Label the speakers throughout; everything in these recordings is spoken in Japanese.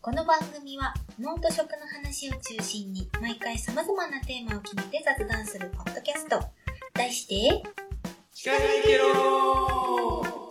Speaker 1: この番組は脳と食の話を中心に毎回様々なテーマを決めて雑談するポッドキャスト題して
Speaker 2: 聞かないけろ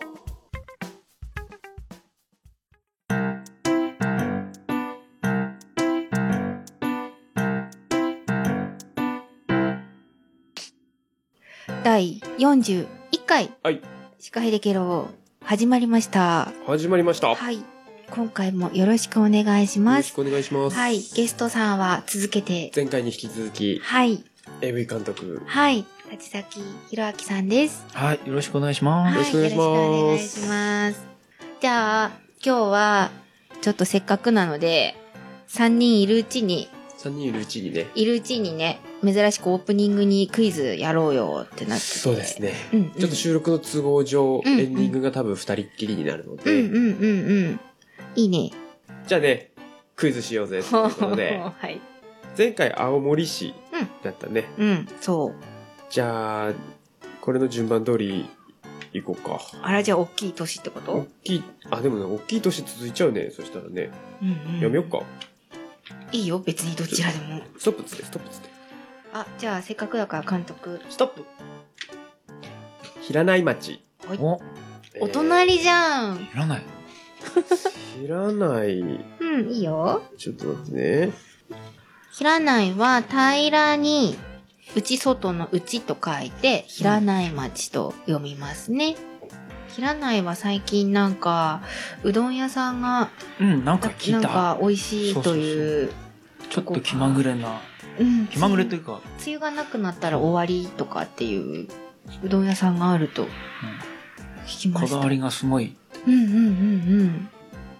Speaker 3: 第41回、
Speaker 2: はい
Speaker 3: シカヘデケロ始まりました。
Speaker 2: 始まりました。よ
Speaker 3: はい。今回もよろしくお願いしま
Speaker 2: ろし
Speaker 3: す。
Speaker 2: くお願いします。
Speaker 3: はい。ゲストさんは続けて、
Speaker 2: 前回に引き続き、
Speaker 3: はい。
Speaker 2: AV 監督。
Speaker 3: はい。立崎弘明さんです。
Speaker 4: はい、よろしくお願いしま
Speaker 3: は
Speaker 4: す。
Speaker 2: ろしくお願いします
Speaker 3: よろしくお願いします。じゃあ、今日は、ちょっとせっかくなので、3人いるうちに、
Speaker 2: 3人いるうちにね。
Speaker 3: いるうちにね、珍しくオープニングにクイズやろうよってなってて。
Speaker 2: そうですね。
Speaker 3: うんうん。
Speaker 2: ちょっと収録の都合上、
Speaker 3: うん
Speaker 2: エンディングが多分2人っきりになるの
Speaker 3: うん
Speaker 2: で、
Speaker 3: うんうんうん。いいね。、
Speaker 2: じゃあね、クイズしようぜということで
Speaker 3: はい。
Speaker 2: 前回青森市
Speaker 3: うん
Speaker 2: だったね。
Speaker 3: うん、そう。
Speaker 2: じゃあ、これの順番通り行こうか。
Speaker 3: あら、じゃあ大きい年ってこ
Speaker 2: 大
Speaker 3: と
Speaker 2: きい、あ、でもね、大きい年続いちゃうね。そしたらね、
Speaker 3: うん、
Speaker 2: やめよっ。か。
Speaker 3: いいよ、別にどちらでも。
Speaker 2: ストップつけ、ストップつけ。
Speaker 3: あ、じゃあせっかくだから監督。
Speaker 2: ストップ平内町。
Speaker 4: お、
Speaker 3: お隣じゃん。
Speaker 4: いらない。
Speaker 2: 知らない。
Speaker 3: うん、いいよ。
Speaker 2: ちょっと待ってね。
Speaker 3: 平内は平らに、内外の内と書いて、平内町と読みますね。平内は最近なんか、うどん屋さんが、
Speaker 4: うん、なんか聞
Speaker 3: ないん
Speaker 4: た。
Speaker 3: か美味しいという。
Speaker 4: ちょっと気まぐれな。
Speaker 3: うん。
Speaker 4: 気まぐれというか、
Speaker 3: 梅雨がなくなったら終わりとかっていううどん屋さんがあると聞きま
Speaker 4: こ
Speaker 3: した。
Speaker 4: だわりがすごい。
Speaker 3: うんうんうんうん。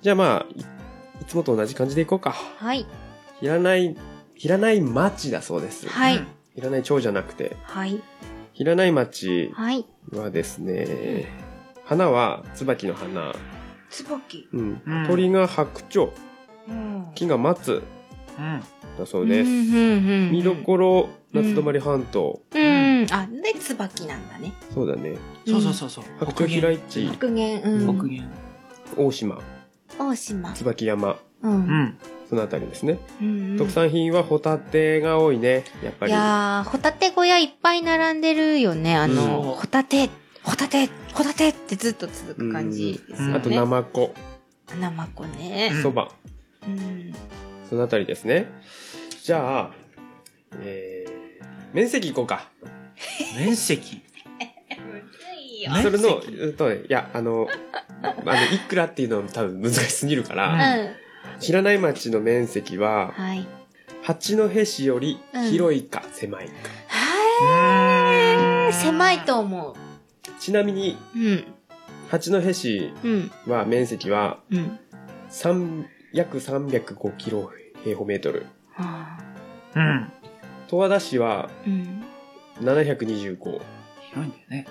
Speaker 2: じゃあまあい、いつもと同じ感じでいこうか。
Speaker 3: はい。
Speaker 2: 平内、平内町だそうです。
Speaker 3: はい。
Speaker 4: うん
Speaker 2: 平内町じゃなくて、
Speaker 3: はい。
Speaker 2: 平内町
Speaker 3: はい。
Speaker 2: はですね、花は椿の花、
Speaker 3: 椿。
Speaker 2: うん
Speaker 4: う、ん
Speaker 2: 鳥が白鳥、
Speaker 3: うん。
Speaker 2: 木が松
Speaker 4: うん。
Speaker 2: だそうです。
Speaker 3: うんうんうん。
Speaker 2: 見どころ、夏泊半島。
Speaker 3: うん。あ、で、椿なんだね。
Speaker 2: そうだね。
Speaker 4: そうそうそうそう。
Speaker 2: 白鳥平市、
Speaker 3: 北限、う
Speaker 4: 北
Speaker 3: ん。
Speaker 4: 限。
Speaker 2: 大島、
Speaker 3: 大島。
Speaker 2: 椿山、
Speaker 3: う。
Speaker 4: うんん。
Speaker 2: そのあたりですね。
Speaker 3: うん
Speaker 2: 特産品はホタテが多いね、やっぱ
Speaker 3: い
Speaker 2: り。
Speaker 3: やー、ホタテ小屋いっぱい並んでるよね。あの、
Speaker 4: うん
Speaker 3: ホタテ、ホタテ、ホタテってずっと続く感じですよね。
Speaker 2: あと、ナマコ、
Speaker 3: 生子ね。
Speaker 2: そば、
Speaker 3: うん。
Speaker 2: そのあたりですね。じゃあ、えー、面積いこうか。
Speaker 4: 面積。
Speaker 3: い
Speaker 4: よ面
Speaker 2: それ
Speaker 4: 積
Speaker 2: の、うんとね、いや、あの、あの、いくらっていうのは多分難しすぎるか
Speaker 3: う
Speaker 2: ら、
Speaker 3: ん。
Speaker 2: 平内町の面積は、
Speaker 3: はい。
Speaker 2: 八戸市より広いか狭いか。
Speaker 3: は
Speaker 4: う
Speaker 3: い。
Speaker 4: ん
Speaker 3: 狭い。と思う。
Speaker 2: ちなみに、
Speaker 3: うん。
Speaker 2: 八戸市
Speaker 3: うん。
Speaker 2: は面積は、
Speaker 3: うん。
Speaker 2: 三、約305キロ平方メートル。
Speaker 3: はあ、
Speaker 4: うん。
Speaker 2: 十和田市は
Speaker 3: うん。
Speaker 2: 725。
Speaker 4: 広いんだよね。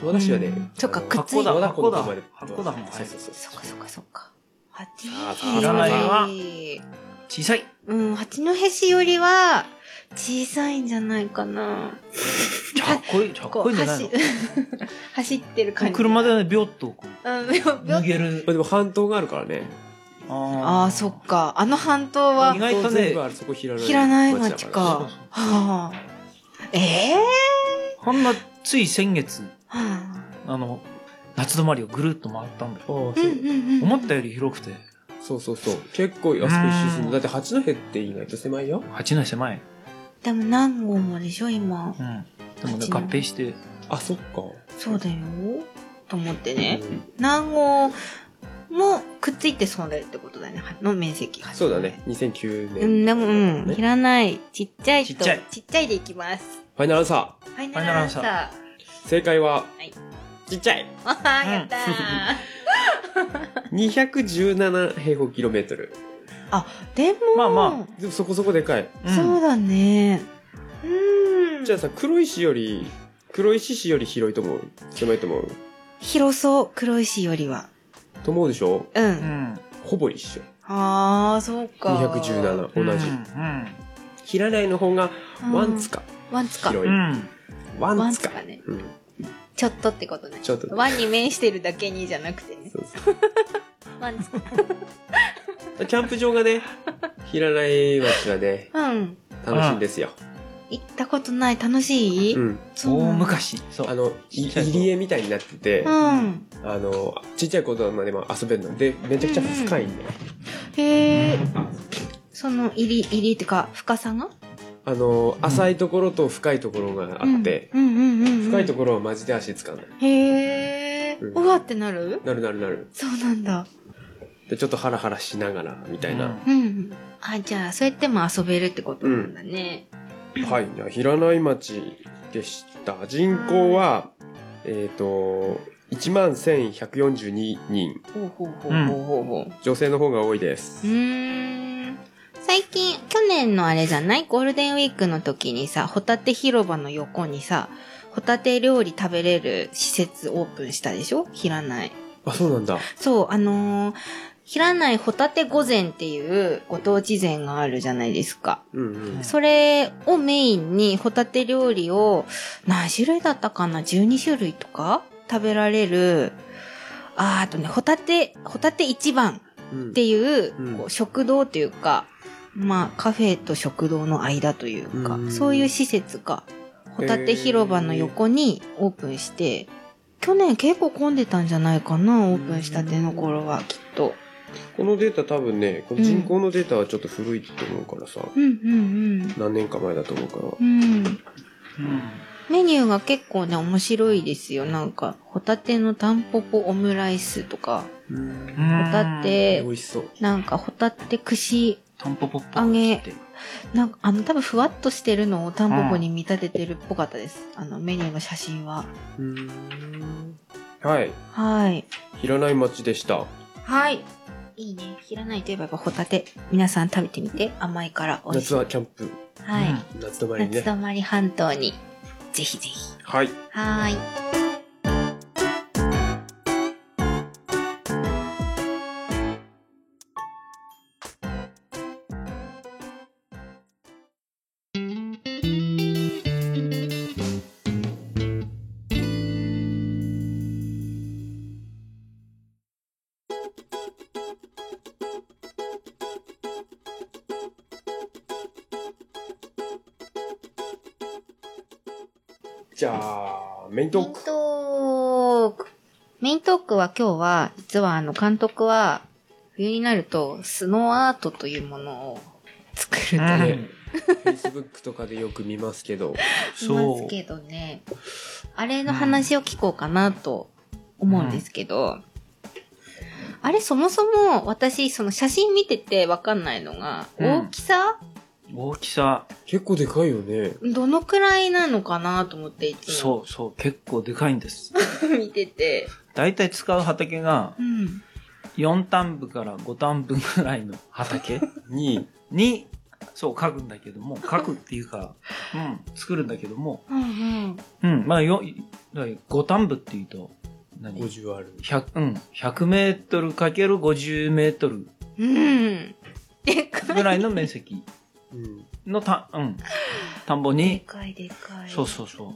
Speaker 2: 十和田市はね、
Speaker 3: うんそっか
Speaker 2: あの
Speaker 3: くっつい
Speaker 2: 八甲田
Speaker 4: 八甲田
Speaker 2: 八甲田まで
Speaker 4: 八甲田も
Speaker 2: そうそうそう
Speaker 3: そっかそっかそっか。八
Speaker 2: あ
Speaker 3: 戸
Speaker 2: ー
Speaker 3: 市よ
Speaker 4: 占い
Speaker 3: り
Speaker 4: 小さい。
Speaker 3: うん、八戸市よりは小さいんじゃないかな。
Speaker 4: じゃかっこいい。かっこいいんじゃないの
Speaker 3: 走走 ってる感じ。
Speaker 4: 車でね、ビョッとこう
Speaker 3: うん、びょびょ
Speaker 4: 逃げる
Speaker 2: まあ。でも半島があるからね。
Speaker 3: あ
Speaker 4: あ
Speaker 3: あ、そっか。あの半島は
Speaker 4: 意、外とね
Speaker 2: 全部あるそこ平内
Speaker 3: 平内町
Speaker 2: だ
Speaker 3: か。
Speaker 2: らね
Speaker 3: はあ。ええ
Speaker 4: ほんのつい先月、
Speaker 3: は
Speaker 4: あの、夏泊まりをぐるっと回ったんだ
Speaker 2: ああ
Speaker 4: よ。
Speaker 2: そう
Speaker 3: あ。うんうんうん。
Speaker 4: 思ったより広くて、
Speaker 2: そうそうそう。結構あそこ一周するの。だって八戸って意外と狭いよ。
Speaker 4: 八の狭い。
Speaker 3: でも何号もでしょ、今。
Speaker 4: うん。でもね、
Speaker 3: 八の
Speaker 4: 合併して、
Speaker 2: あ、そっか。
Speaker 3: そうだよ。と思ってね。
Speaker 2: うん
Speaker 3: 南郷もくっついてそうだよってことだよね、の面積が。
Speaker 2: そうだね。2009
Speaker 3: う
Speaker 2: 年。
Speaker 3: ん、でも、うん、
Speaker 2: ね
Speaker 3: いらない。ちっちゃい
Speaker 4: ち
Speaker 3: と、
Speaker 4: っちゃい
Speaker 3: ちっちゃいでいきます。
Speaker 2: ファイナルアンサ
Speaker 3: ファイ
Speaker 4: ナルアンサー
Speaker 3: ナ
Speaker 2: ー。正解は、
Speaker 3: はい
Speaker 2: ちっちゃい。
Speaker 3: ルアンサー。ああ、やったー。
Speaker 2: 217平方キロメートル。
Speaker 3: でも、
Speaker 4: まあま
Speaker 2: でもそこそこでかい。
Speaker 4: うん
Speaker 3: そうだね。うーん。
Speaker 2: じゃあさ、黒石より、黒石市より広いと思う。狭いと思う。
Speaker 3: 広そう、黒石よりは。
Speaker 2: と思うでしょ
Speaker 3: う。
Speaker 4: うんん。
Speaker 2: ほぼ一緒。
Speaker 3: ああ、そうか。
Speaker 2: 217、同じ
Speaker 4: う。ん。
Speaker 2: 平内の方が、
Speaker 3: うん。
Speaker 2: ワンツか。
Speaker 3: ワンツか。
Speaker 2: 広
Speaker 4: う
Speaker 2: い。
Speaker 4: ん。うん
Speaker 2: ワンツか。
Speaker 3: ワンツかね
Speaker 2: うん
Speaker 3: ちょっとってことね。
Speaker 2: ちょっと
Speaker 3: ワンに面してるだけにじゃなくてね。
Speaker 2: そうそう
Speaker 3: ワンツか。
Speaker 2: キャンプ場がね、平内町はね、
Speaker 3: うん。
Speaker 2: 楽しいんですよ。
Speaker 3: 行ったことない。楽しい、
Speaker 2: うん。
Speaker 3: そうな
Speaker 4: 大
Speaker 3: んだ
Speaker 4: 昔。そ
Speaker 2: あ
Speaker 4: う。
Speaker 2: の、い
Speaker 4: ちっちゃい頃
Speaker 2: 入り江みたいになってて、
Speaker 3: うん。
Speaker 2: あの、ちっちゃい子供でも遊べるので、めちゃくちゃ深いんだよ。
Speaker 3: へえ。その入り、入りっていうか、深さが
Speaker 2: あの、浅いところと深いところがあって、
Speaker 3: うんうんうんうん。
Speaker 2: 深いところはマジで足つかない。
Speaker 3: へえ。
Speaker 2: うん
Speaker 3: うわってなる
Speaker 2: なるなるなる。
Speaker 3: そうなんだ。
Speaker 2: で、ちょっとハラハラしながら、みたいな。
Speaker 3: うん。あ、じゃあ、そうやっても遊べるってことなんだね。
Speaker 2: はい、じゃあ平内町でした。人口は、えっ、と、11,142人。
Speaker 3: ほうほうほうほうほうほう。
Speaker 2: 女性の方が多いで
Speaker 3: う
Speaker 2: す。
Speaker 3: ーん。最近、去年のあれじゃないゴールデンウィークの時にさ、ホタテ広場の横にさ、ホタテ料理食べれる施設オープンしたでしょ平内。
Speaker 2: あ、そうなんだ。
Speaker 3: そう、あのー、平内ホタテ御膳っていうご当地膳があるじゃないですか。
Speaker 2: うんうん。
Speaker 3: それをメインにホタテ料理を何種類だったかな ?12 種類とか食べられる、あーあとね、ホタテ、ホタテ一番
Speaker 2: うん
Speaker 3: っていう、
Speaker 2: うん
Speaker 3: こう食堂というか、まあカフェと食堂の間というか、
Speaker 2: うん
Speaker 3: そういう施設がホタテ広場の横にオープンして、去年結構混んでたんじゃないかなオープンしたての頃はきっと。
Speaker 2: このデータ多分ね、この人口のデータはちょっと古いと思うからさ、
Speaker 3: うんうん
Speaker 2: 何年か前だと思うから。
Speaker 3: うん。うん。
Speaker 4: うん。
Speaker 3: メニューが結構ね、面白いですよ。なんか、ホタテのタンポポオムライスとか、
Speaker 2: うん。
Speaker 4: ホ
Speaker 3: ホタ。
Speaker 2: 美
Speaker 3: テ、
Speaker 2: 味しそう。
Speaker 3: なんかホタテ串、
Speaker 4: タンポポっぽく
Speaker 3: 揚げ
Speaker 4: 切って
Speaker 3: なんか、あの、多分ふわっとしてるのをタンポポに見立ててるっぽかったです。あの、メニューの写真は。
Speaker 2: うん。はい。
Speaker 3: はい。
Speaker 2: 平内町でした。
Speaker 3: はい。いいね。切らないといえばやっぱホタテ。皆さん食べてみて。甘いから美味し
Speaker 2: 夏
Speaker 3: い。
Speaker 2: はキャンプ。
Speaker 3: は
Speaker 4: う
Speaker 3: い
Speaker 4: ん。
Speaker 2: 夏泊まりに
Speaker 3: 夏
Speaker 2: ね。
Speaker 3: 泊まり半島に、ぜひぜひ。
Speaker 2: はい。
Speaker 3: はーい。
Speaker 2: じゃあ、メイン
Speaker 3: メ
Speaker 2: ト
Speaker 3: イ
Speaker 2: ー
Speaker 3: ン
Speaker 2: ク。
Speaker 3: トーク。メイントークは今日は、実はあの監督は、冬になるとスノーアートというものを作ると言
Speaker 4: う
Speaker 3: い
Speaker 2: ね
Speaker 4: ん。
Speaker 2: Facebook とかでよく見ますけど。
Speaker 3: ます
Speaker 4: そう。
Speaker 3: けどね、あれの話を聞こうかなと思うんですけど、あれそもそも私その写真見ててわかんないのが、
Speaker 4: うん
Speaker 3: 大きさ、
Speaker 4: 大きさ。
Speaker 2: 結構でかいよね。
Speaker 3: どのくらいなのかなと思っていつも
Speaker 4: そうそう。結構でかいんです。
Speaker 3: 見てて。
Speaker 4: だいたい使う畑が
Speaker 3: うん。
Speaker 4: 4単部から5単分ぐらいの 畑
Speaker 2: に、
Speaker 4: に、そう書くんだけども、書くっていうか、うん、作るんだけども、
Speaker 3: うんうん。
Speaker 4: うん、まあよ、だから5単部っていうと、何
Speaker 2: 50ある。
Speaker 4: 100うん、100メートルかける50メートル
Speaker 3: うん。でかい。
Speaker 4: ぐらいの面積
Speaker 2: うん。
Speaker 4: のた、うん、田んぼ
Speaker 3: で
Speaker 4: に、
Speaker 3: かいでかい。
Speaker 4: そうそうそう。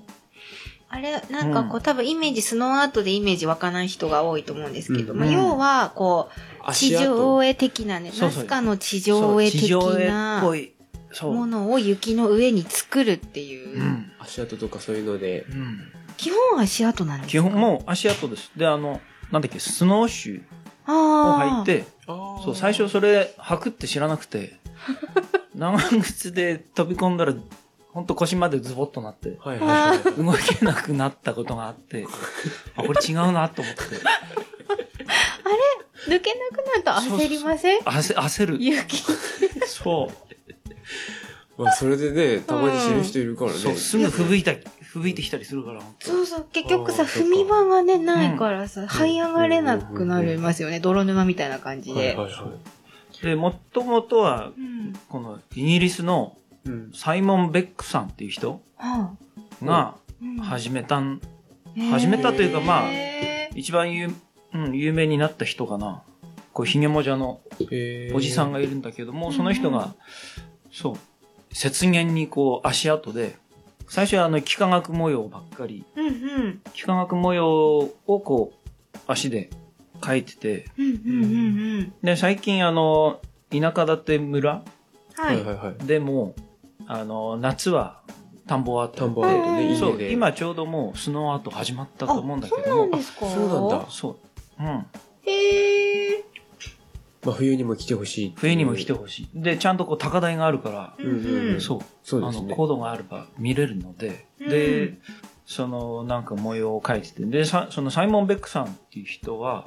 Speaker 3: あれ、なんかこう、
Speaker 4: うん
Speaker 3: 多分イメージ、スノーアートでイメージ湧かない人が多いと思うんですけど、
Speaker 2: うん
Speaker 3: まあ、
Speaker 4: うん
Speaker 3: 要は、こう、地
Speaker 2: 足
Speaker 3: 上
Speaker 2: 跡。
Speaker 3: 絵的なね、
Speaker 4: そう
Speaker 3: ナ
Speaker 4: そう
Speaker 3: スカの地上絵
Speaker 4: そう地
Speaker 3: 的
Speaker 4: 上絵っ
Speaker 3: な
Speaker 4: ぽい。そう。
Speaker 3: ものを雪の上に作るっていうう。
Speaker 4: ん。
Speaker 2: 足跡とかそういうので
Speaker 4: う。ん。
Speaker 3: 基本は足跡なんですか
Speaker 4: 基本、もう足跡です。で、あの、なんだっけ、スノーシューを
Speaker 3: ああ
Speaker 4: 履いて、そう、最初それ履くって知らなく て、長靴で飛び込んだら、ほんと腰までズボッとなって、
Speaker 2: はいはいはいはい。
Speaker 4: 動けなくなったことがあ って、あ、これ違うなと思って、
Speaker 3: 抜けなくなると焦りません
Speaker 4: 焦焦る。
Speaker 3: 雪。
Speaker 4: そう。
Speaker 2: まあ、それでね、たまに知る人いるからね。
Speaker 4: そう、すぐ吹雪いた、吹雪いてきたりするから、本当
Speaker 3: そうそう、結局さ、
Speaker 2: あーそっ
Speaker 3: 踏
Speaker 2: か
Speaker 3: み場がね、ないからさ、這い上がれなくなりますよね。泥沼みたいな感じ
Speaker 2: はい
Speaker 3: で
Speaker 2: は。いはい。
Speaker 4: で、もともとは
Speaker 3: う、ん。
Speaker 4: このイギリスの
Speaker 2: うん。
Speaker 4: サイモン・ベックさんっていう人
Speaker 3: は
Speaker 4: が
Speaker 3: あ。
Speaker 4: 始めたん、
Speaker 3: うん
Speaker 4: 始めたというかまあ
Speaker 3: へー
Speaker 4: 一番有,、うん、有名になった人かな。こう、ひげもじゃのおじさん
Speaker 2: が。
Speaker 4: がいるんだけども、
Speaker 3: うん
Speaker 4: その人が、そう、雪原にこう足跡で、最初はあの幾何学模様ばっかり、
Speaker 3: うんうん。
Speaker 4: 幾何学模様をこう足で描いてて、
Speaker 3: うんうんうんうん。
Speaker 4: で、最近あの、田舎だって村
Speaker 3: は
Speaker 2: はい
Speaker 3: い。
Speaker 2: はいはい。
Speaker 4: でも、あの、夏は田んぼあって、
Speaker 2: 田んぼあるとね、いい
Speaker 4: そ
Speaker 2: ね
Speaker 4: う、
Speaker 2: で。
Speaker 4: 今ちょうどもうスノーアート始まったと思うんだけ
Speaker 3: そうな
Speaker 4: ど
Speaker 3: ん
Speaker 4: も、
Speaker 3: ですか
Speaker 2: そうなんだ。
Speaker 4: そう、うん。
Speaker 3: へえ。
Speaker 2: まあ、冬にも来てほしいっていう。
Speaker 4: 冬にも来てほしい。で、ちゃんとこう高台があるから、
Speaker 2: うんうんうん。
Speaker 4: そう、
Speaker 2: そう
Speaker 4: あ
Speaker 2: です
Speaker 4: の
Speaker 2: ね。
Speaker 4: コードがあれば見れるので、
Speaker 3: うん
Speaker 4: でそのなんか模様を描いててでさそのサイモン・ベックさんっていう人は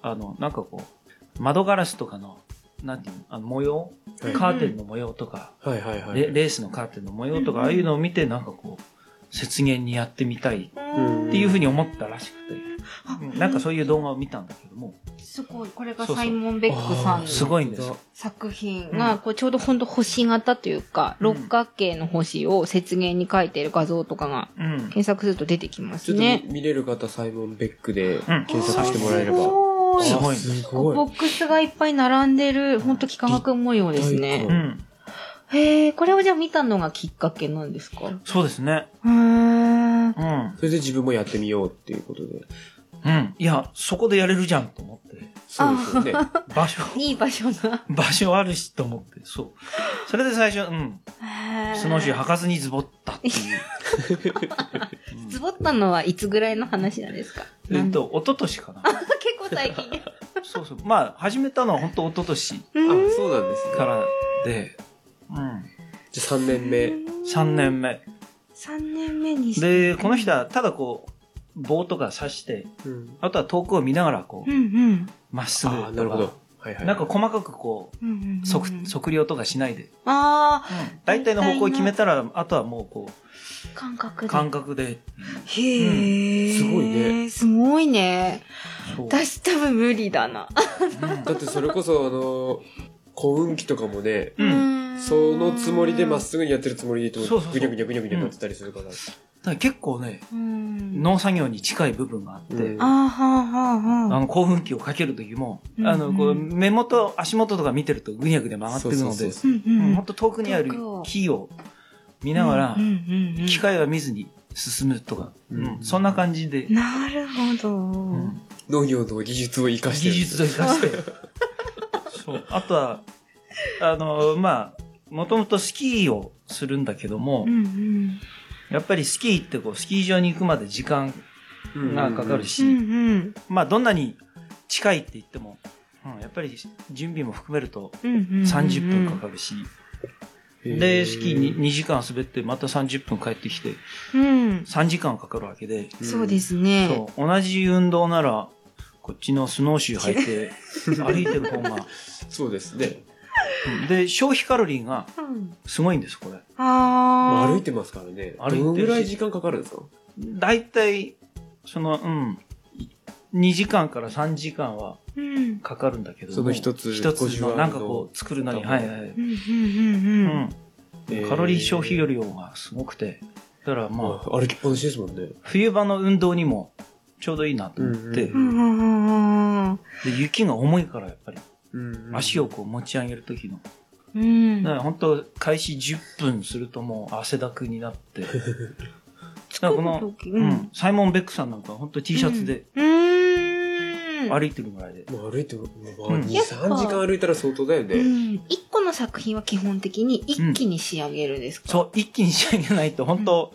Speaker 4: あのなんかこう窓ガラスとかのなんていうのあの模様
Speaker 2: はい
Speaker 4: カーテンの模様とか、
Speaker 2: はいはいはい。
Speaker 4: レレースのカーテンの模様とか、
Speaker 3: うん
Speaker 4: ああいうのを見てなんかこう雪原にやってみたい
Speaker 2: ん
Speaker 4: っていうふうに思ったらしく
Speaker 3: あ
Speaker 4: て、なんかそういう動画を見たんだけども
Speaker 3: すごい。これが
Speaker 4: そうそう
Speaker 3: サイモン・ベックさん
Speaker 2: あー
Speaker 3: の
Speaker 4: すごいんですよ。
Speaker 3: 作品が、こうちょうどほんと星型というか、
Speaker 4: うん
Speaker 3: 六角形の星を雪原に描いてる画像とかが
Speaker 4: うん、
Speaker 3: 検索すると出てきま
Speaker 2: ち
Speaker 3: す
Speaker 2: ょっと
Speaker 3: ね。
Speaker 2: 見れる方、サイモン・ベックで
Speaker 4: ん
Speaker 2: 検索してもらえれば。
Speaker 3: おーす
Speaker 4: す
Speaker 3: ごい
Speaker 4: ご
Speaker 2: あ
Speaker 4: い
Speaker 2: す
Speaker 3: ボ
Speaker 2: ごい。
Speaker 3: ックスがいっぱい並んでる、ほんと幾何学模様ですね
Speaker 2: 立。
Speaker 4: うん、
Speaker 3: へえ、これをじゃあ見たのがきっかけなんですかへ
Speaker 4: そうですね
Speaker 3: ー。
Speaker 4: うん、
Speaker 2: それで自分もやってみようっていうことで。
Speaker 4: うん、いやそこでやれるじゃんと思って
Speaker 2: そうですよね。
Speaker 4: 場所
Speaker 3: いい場所だ。
Speaker 4: 場所あるしと思って、そう。それで最初、うん、スノーシュー履かずにズボったっていう。
Speaker 3: ズボったのはいつぐらいの話なんですか
Speaker 4: うん、えっ
Speaker 3: なん結
Speaker 4: と、一昨年かな。
Speaker 3: 構最近ね。
Speaker 4: そうそう。まあ、始めたのは本当一昨年
Speaker 2: あ
Speaker 3: うん、
Speaker 2: そうなんですね。
Speaker 4: からで、うん、
Speaker 2: じゃあ3年目。
Speaker 4: 3年目。
Speaker 3: 3年目にして。
Speaker 4: で、この人はただこう、棒とか刺して、
Speaker 2: うん。
Speaker 4: あとは遠くを見ながらこ
Speaker 3: う
Speaker 4: う、
Speaker 3: んうん。
Speaker 4: まっすぐと
Speaker 2: あ
Speaker 4: か。
Speaker 2: あ、なるほど。はいはい。
Speaker 4: なんか細かくこ
Speaker 3: うんうんうん
Speaker 4: う、測、測量とかしないで、
Speaker 3: あ
Speaker 4: 大体の方向を決めたら、あとはもうこ
Speaker 3: あ、感覚で。
Speaker 4: う、感覚で、
Speaker 3: へ
Speaker 2: う
Speaker 3: え、
Speaker 2: んすごいね。
Speaker 3: すごいね。
Speaker 4: そう。
Speaker 3: 私多分無理だな。
Speaker 2: だってそれこそ、あの、幸運期とかもね、
Speaker 4: うんうん
Speaker 3: ん
Speaker 2: そのつもりでまっすぐにやってるつもりでいても
Speaker 4: そうそうそ
Speaker 2: ぐ
Speaker 4: う
Speaker 2: にゃぐにゃぐにゃぐにゃなってたりするから。
Speaker 4: だから結構ね、
Speaker 3: うん。
Speaker 4: 農作業に近い部分があって、
Speaker 2: うん
Speaker 3: あーはあはあ
Speaker 4: あ
Speaker 3: はあ。
Speaker 4: の、興奮期をかける時も、
Speaker 3: うん
Speaker 4: あの、こう、目元、足元とか見てるとぐにゃぐにゃ曲がってるの
Speaker 2: そう
Speaker 4: で
Speaker 2: そう、
Speaker 3: うん
Speaker 4: うん
Speaker 3: う
Speaker 4: ほん
Speaker 3: ん。
Speaker 4: と遠くにある
Speaker 3: 遠くを
Speaker 4: 木を見ながら
Speaker 3: うん、うんうん
Speaker 4: 機械は見ずに進むとか、
Speaker 2: うん
Speaker 4: うんそんな感じで、
Speaker 3: なるほど。
Speaker 4: うん
Speaker 2: 農業の技術を生かして
Speaker 4: 技
Speaker 2: る。
Speaker 4: 術を生か して。そう。あとは、あの、まあ、もともとスキーをするんだけども
Speaker 3: うんう、ん。
Speaker 4: やっぱりスキーってこう、スキー場に行くまで時間がかかる
Speaker 3: う
Speaker 4: し、
Speaker 3: ん
Speaker 4: まあ、どんなに近いって言っても、うんやっぱり準備も含めると、
Speaker 3: うん。
Speaker 4: 30分か
Speaker 3: か
Speaker 4: かるし、
Speaker 2: へー。
Speaker 4: で、スキーに2時間滑って、また30分帰ってきて、
Speaker 3: る。うん。
Speaker 4: 3時間かかるわけで、
Speaker 2: うん
Speaker 3: そうですね。
Speaker 4: そう、同じ運動なら、こっちのスノーシュー履い て、歩いてる方が、
Speaker 2: そうですね。
Speaker 4: うんで、消費カロリーが
Speaker 3: うん
Speaker 4: すごいんです、これ。
Speaker 2: まあ
Speaker 3: あ
Speaker 2: 歩
Speaker 3: あ
Speaker 2: い。てますからね。
Speaker 4: 歩いてるし
Speaker 2: どのぐらい時間かかるんですか
Speaker 4: だいたい、その、うん、2時間から3時間は
Speaker 3: うん。
Speaker 4: かかるんだけども、
Speaker 2: その一つ
Speaker 4: 一
Speaker 2: 50
Speaker 4: つ
Speaker 2: ワー
Speaker 4: の、
Speaker 2: ド
Speaker 4: なんかこう、作るのに、はいはい。
Speaker 3: うんうん
Speaker 4: う
Speaker 3: うんうん。
Speaker 4: ん。カロリー消費量がすごくて、だからまあ、
Speaker 2: まあ、歩きっぱなしですもんね。
Speaker 4: 冬場の運動にもちょうどいいなと思って、
Speaker 2: うん
Speaker 3: うんうんうんうん
Speaker 4: で雪が重いからやっぱり足
Speaker 2: を。
Speaker 4: をこう持ち上げる時の、
Speaker 3: うん。
Speaker 4: だから本当開始10分するともう汗だくになってだからこの、
Speaker 3: 時
Speaker 4: うん。サイモン・ベックさんなんか本当 T シャツで
Speaker 3: うーん。
Speaker 4: 歩いてるぐらいで、
Speaker 2: まあ歩いても、ま
Speaker 4: う
Speaker 2: あ、
Speaker 4: ん
Speaker 2: 2、3時間歩いたら相当だよ
Speaker 3: う
Speaker 2: ね。
Speaker 3: ん。一個の作品は基本的に一気に仕上げるんですか、
Speaker 4: そう一気に仕上げないと本当、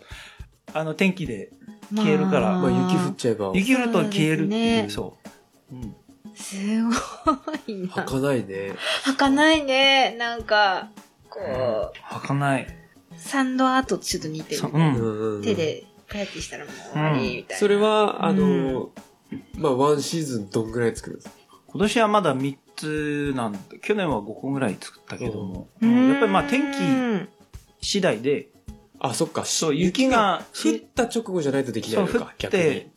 Speaker 4: あの天気で消えるから
Speaker 2: まあ雪降っちゃえば、
Speaker 4: 雪降ると消えるっていう
Speaker 2: そ
Speaker 4: そう、うん、
Speaker 3: すごいな。
Speaker 2: 履かないね。
Speaker 3: はかないね。なんか、こ、
Speaker 4: 履かないう
Speaker 3: サンドアートとちょっと似てる
Speaker 4: そ。うん、
Speaker 2: うんうんうん
Speaker 3: 手で、パヤってしたらもう終わりみたいな。
Speaker 2: それは、あ
Speaker 4: う
Speaker 2: の、まあ、ワンシーズンどんぐらい作るんですか
Speaker 4: 今年はまだ3つなんで去年は5個ぐらい作ったけども、
Speaker 3: う
Speaker 4: うん
Speaker 3: ん
Speaker 4: やっぱりまあ天気次第で
Speaker 2: あ、そっか。
Speaker 4: そう雪が
Speaker 2: 降った直後じゃないとできないの
Speaker 4: そう降
Speaker 2: か
Speaker 4: っ、て
Speaker 2: 逆に。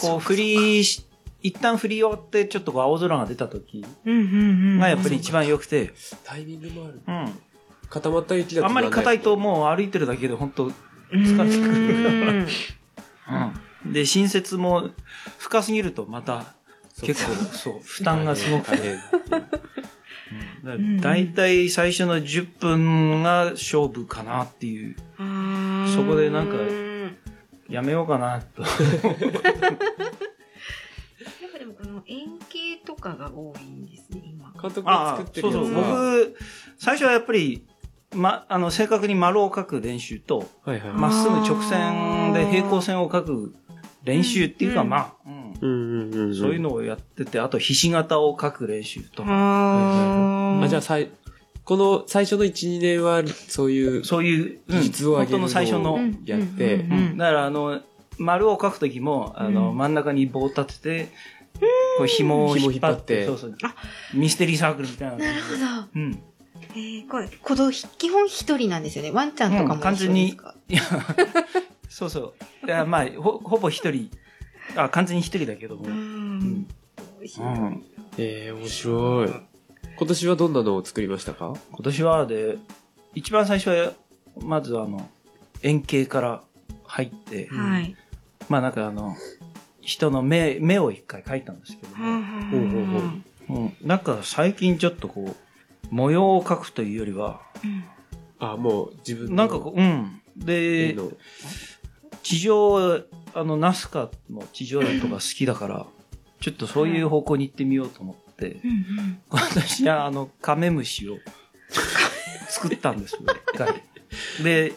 Speaker 4: こう降りし一旦降り終わってちょっとこう青空が出た時
Speaker 3: うんうんうん。
Speaker 4: がやっぱり一番良くて、
Speaker 2: タイミングもある。
Speaker 4: うん、
Speaker 2: 固まった雪だと
Speaker 4: あんまり硬いともう歩いてるだけで本当、疲れて
Speaker 3: く
Speaker 4: うん、で新雪も深すぎるとまた結構そう負担がすごく
Speaker 2: 大
Speaker 4: て、
Speaker 2: 変。
Speaker 4: うん、だいたい最初の10分が勝負かなっていうそこでなんかやめようかなと
Speaker 3: やっぱでもこの円形とかが多いんですね、今。
Speaker 2: 監督が
Speaker 4: あ
Speaker 2: 作っ
Speaker 4: あ、
Speaker 2: て
Speaker 4: そ
Speaker 2: る
Speaker 4: う
Speaker 2: やつ
Speaker 4: そう。
Speaker 2: が
Speaker 4: 僕、最初はやっぱり、ま、あの、正確に丸を書く練習と、
Speaker 2: はいはい。
Speaker 4: まっすぐ直線で平行線を書く練習っていうか、
Speaker 3: うん
Speaker 4: まあ、うん
Speaker 2: うんうんうん。
Speaker 4: そういうのをやってて、あと、ひし形を書く練習と、
Speaker 3: あ
Speaker 2: あ、じゃあ、さい、この最初の1、2年は、そういう、
Speaker 4: そういう、うん
Speaker 2: 技術を上
Speaker 4: 本
Speaker 2: げる
Speaker 4: 当の最初の、
Speaker 2: を
Speaker 3: うん
Speaker 2: やって、
Speaker 3: うん
Speaker 4: うんだから、あの、丸を書くときも、あの、
Speaker 3: うん
Speaker 4: 真ん中に棒を立てて、こう、紐を引っ張って、
Speaker 2: 紐を引っ張って
Speaker 4: そうそうミステリーサークルみたいな感じ
Speaker 3: な
Speaker 4: で。
Speaker 3: るほど。
Speaker 4: うん。
Speaker 3: えー、これ、このひ基本一人なんですよね。ワンちゃんとか
Speaker 4: うん
Speaker 3: も
Speaker 4: 完
Speaker 3: 一
Speaker 4: 全
Speaker 3: 緒
Speaker 4: に
Speaker 3: ですか、
Speaker 4: いや、そうそう。いや、まあ、ほ、ほぼ一人。あ、完全に一人だけども。
Speaker 3: う
Speaker 4: うん
Speaker 3: ん。美味しい
Speaker 4: うん
Speaker 2: えー、面白い。今年はどんなのを作りましたか
Speaker 4: 今年はで、一番最初は、まずあの、円形から入って、
Speaker 3: はい。
Speaker 4: まあなんかあの、人の目、目を一回描いたんですけど
Speaker 3: はん
Speaker 4: も、
Speaker 3: はん
Speaker 2: ほうほうほう
Speaker 3: うん
Speaker 4: うん、なんか最近ちょっとこう、模様を描くというよりは、
Speaker 2: あ、もう自分の
Speaker 4: なんかこう、うん。で
Speaker 2: 絵、の
Speaker 4: 地上、あの、ナスカの地上絵とか好きだから、ちょっとそういう方向に行ってみようと思って、
Speaker 3: うんうん
Speaker 4: 私はあの、カメムシを作ったんですよ、一回。で、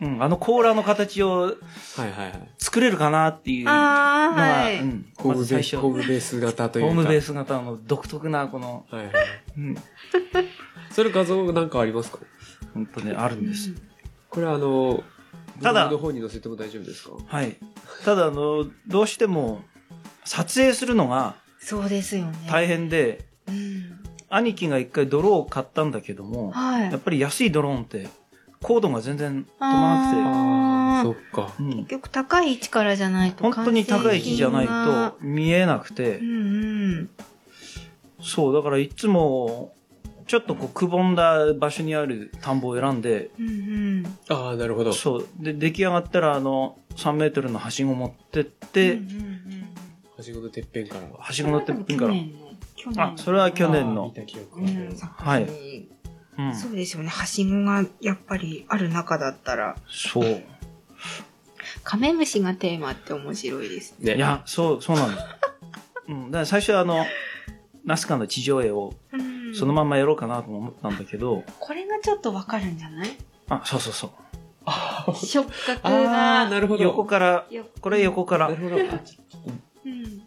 Speaker 4: うん、あの甲羅の形を
Speaker 2: はいはいはい。
Speaker 4: 作れるかなっていうのが、
Speaker 3: ああ、は
Speaker 4: う
Speaker 3: い。
Speaker 4: ん、
Speaker 2: ホ
Speaker 4: ま
Speaker 2: ーム
Speaker 4: ず
Speaker 2: ベー
Speaker 4: 最
Speaker 2: ス、
Speaker 4: 初、
Speaker 2: ホー
Speaker 4: ホ
Speaker 2: ムベース型というか。
Speaker 4: ームベー
Speaker 2: ス。
Speaker 4: ス型の独特なこの、
Speaker 2: はいはい。
Speaker 4: うん、
Speaker 2: それ画像なんかありますか
Speaker 4: 本当ね、あるんです。
Speaker 2: これあの、
Speaker 4: ただ
Speaker 2: ブログの方に載せても大丈夫ですか
Speaker 4: はい。ただ、あの、どうしても、撮影するのが
Speaker 3: そうですよね。
Speaker 4: 大変で、
Speaker 3: うん
Speaker 4: 兄貴が一回ドローンを買ったんだけども、
Speaker 3: はい。
Speaker 4: やっぱり安いドローンって、コードが全然飛ばな
Speaker 3: あー
Speaker 2: そっか。
Speaker 4: くて、うん
Speaker 3: 結、局高い位置からじゃないと
Speaker 4: 本当に高い位置じゃない
Speaker 3: 完成品が
Speaker 4: と見えなくて
Speaker 3: う、んうん。
Speaker 4: そう、だからいつも、ちょっとこう、くぼんだ場所にある田んぼを選んで、
Speaker 3: うんうん。
Speaker 2: ああ、なるほど。
Speaker 4: そう、で、出来上がったら、あの、3メートルのはしご持ってっ
Speaker 3: う
Speaker 4: て
Speaker 3: ん、うんうん、
Speaker 2: はしごのてっぺんから。
Speaker 4: はしご乗ってっぺんか
Speaker 3: 去。
Speaker 4: ら
Speaker 3: 年の去年
Speaker 4: あ、それは去年
Speaker 2: あー見
Speaker 4: の。
Speaker 2: た記憶
Speaker 3: う
Speaker 2: がある
Speaker 3: ん、
Speaker 4: はいうん。
Speaker 3: そうですよね。はしごがやっぱりある中だったら。
Speaker 4: そう。
Speaker 3: カメムシがテーマって面白いです。
Speaker 2: ね。
Speaker 4: いや、そう、そうなんです。うん。だから最初はあの、ナスカの地上絵を
Speaker 3: うん
Speaker 4: そのまんまやろうかなとも思ったんだけど、
Speaker 3: これがちょっとわかるんじゃ ない
Speaker 4: あ、そうそうそう。
Speaker 3: 触覚
Speaker 2: ああ、
Speaker 3: が。
Speaker 2: なるほど。
Speaker 4: 横から、
Speaker 3: よ
Speaker 4: これ横から
Speaker 2: なる。ほど。
Speaker 3: うん、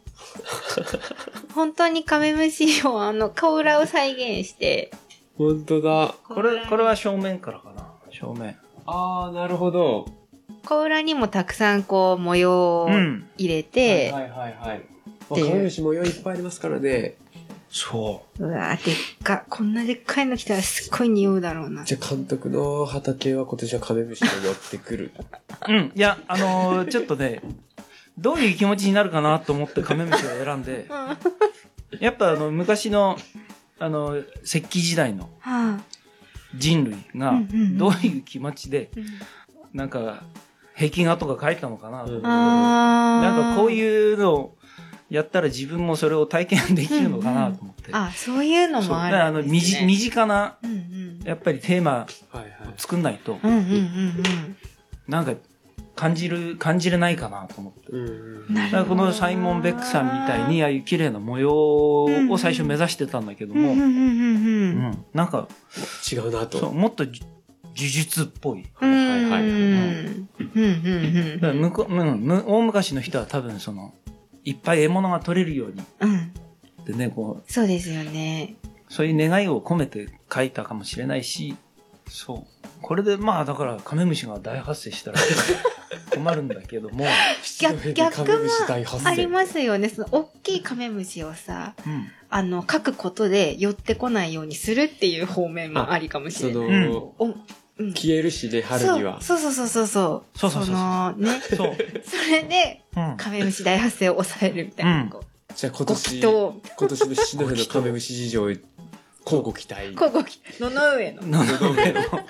Speaker 3: 本当にカメムシをあの、甲裏を再現して。
Speaker 2: 本当だ。
Speaker 4: これ、これは正面からかな。正面。
Speaker 2: ああ、なるほど。
Speaker 3: 甲裏にもたくさんこう模様を
Speaker 4: うん。
Speaker 3: 入れて、
Speaker 2: はいはいはいはい。
Speaker 3: っていう
Speaker 2: カメムシ模様いっぱいありますからね。
Speaker 4: そう
Speaker 3: わーでっか。こんなでっかいの来たらすっごい匂うだろうな。
Speaker 2: じゃあ監督の畑は今年はカメムシがやってくる。
Speaker 4: う。うん。いや、あのーちょっとね、どういう気持ちになるかなと思ってカメムシを選んで、
Speaker 3: は
Speaker 4: やっぱあの、昔の、あの、石器時代の
Speaker 3: あ、
Speaker 4: 人類
Speaker 3: うん
Speaker 4: が
Speaker 3: うんうん、
Speaker 4: どういう気持ちで、
Speaker 3: うん
Speaker 4: なんか、壁画とか描いたのかなと
Speaker 2: うん
Speaker 3: あー
Speaker 4: なんかこういうのをやったら自分もそれを体験できるのかなと思って。
Speaker 3: あ、そういうの
Speaker 4: そう
Speaker 3: も
Speaker 4: だ
Speaker 3: あ
Speaker 4: からあ
Speaker 3: る
Speaker 4: の
Speaker 3: んです、ね。
Speaker 4: 身近身近な、
Speaker 3: うんうん。
Speaker 4: やっぱりテーマ
Speaker 2: はいはい。
Speaker 4: を作んないと
Speaker 3: う、んうんうん
Speaker 4: なんか感じる、感じれないかなと思って。
Speaker 2: うん
Speaker 3: うん。な
Speaker 4: だ
Speaker 3: る
Speaker 4: か
Speaker 3: ほど。
Speaker 4: らこのサイモン・ベックさんみたいに、ああいう綺麗な模様を最初目指してたんだけど
Speaker 3: うんうんう
Speaker 4: も、
Speaker 3: んうんう。
Speaker 4: うんん、なんか、
Speaker 2: 違うなと。
Speaker 4: そう、もっとじゅ呪術っぽい。
Speaker 2: はいはいはい。
Speaker 3: うんうんうん
Speaker 4: だから向こう、うん、む大昔の人は多分その、いっぱい獲物が取れるようにっ
Speaker 3: うん。うん。
Speaker 4: てね、こう、
Speaker 3: そうですよね。
Speaker 4: そういう願いを込めて書いたかもしれないし、そう。これで、まあ、だから、カメムシが大発生したら困るんだけども、
Speaker 3: 逆逆
Speaker 2: カメム
Speaker 3: も
Speaker 2: シ大発生
Speaker 3: ありますよね。その大きいカメムシをさ、
Speaker 4: うん。
Speaker 3: あの、書くことで寄ってこないようにするっていう方面もありかもし
Speaker 2: そ
Speaker 3: れない。
Speaker 2: の、
Speaker 4: うん
Speaker 3: おうん
Speaker 2: 消えるしね、春には。
Speaker 3: そうそうそうそうそう。
Speaker 4: そうそうそうそう
Speaker 3: のね、
Speaker 4: そう。
Speaker 3: それで、
Speaker 4: うん。
Speaker 3: カメムシ大発生を抑えるみたいな。
Speaker 4: うん
Speaker 3: こう
Speaker 2: じゃあ今
Speaker 3: ご
Speaker 2: 年、
Speaker 3: 祈祷。
Speaker 2: 今年のシノフのカメムシ事情、交互期待。
Speaker 3: こうご祈祷。野々上の。
Speaker 4: なるほど。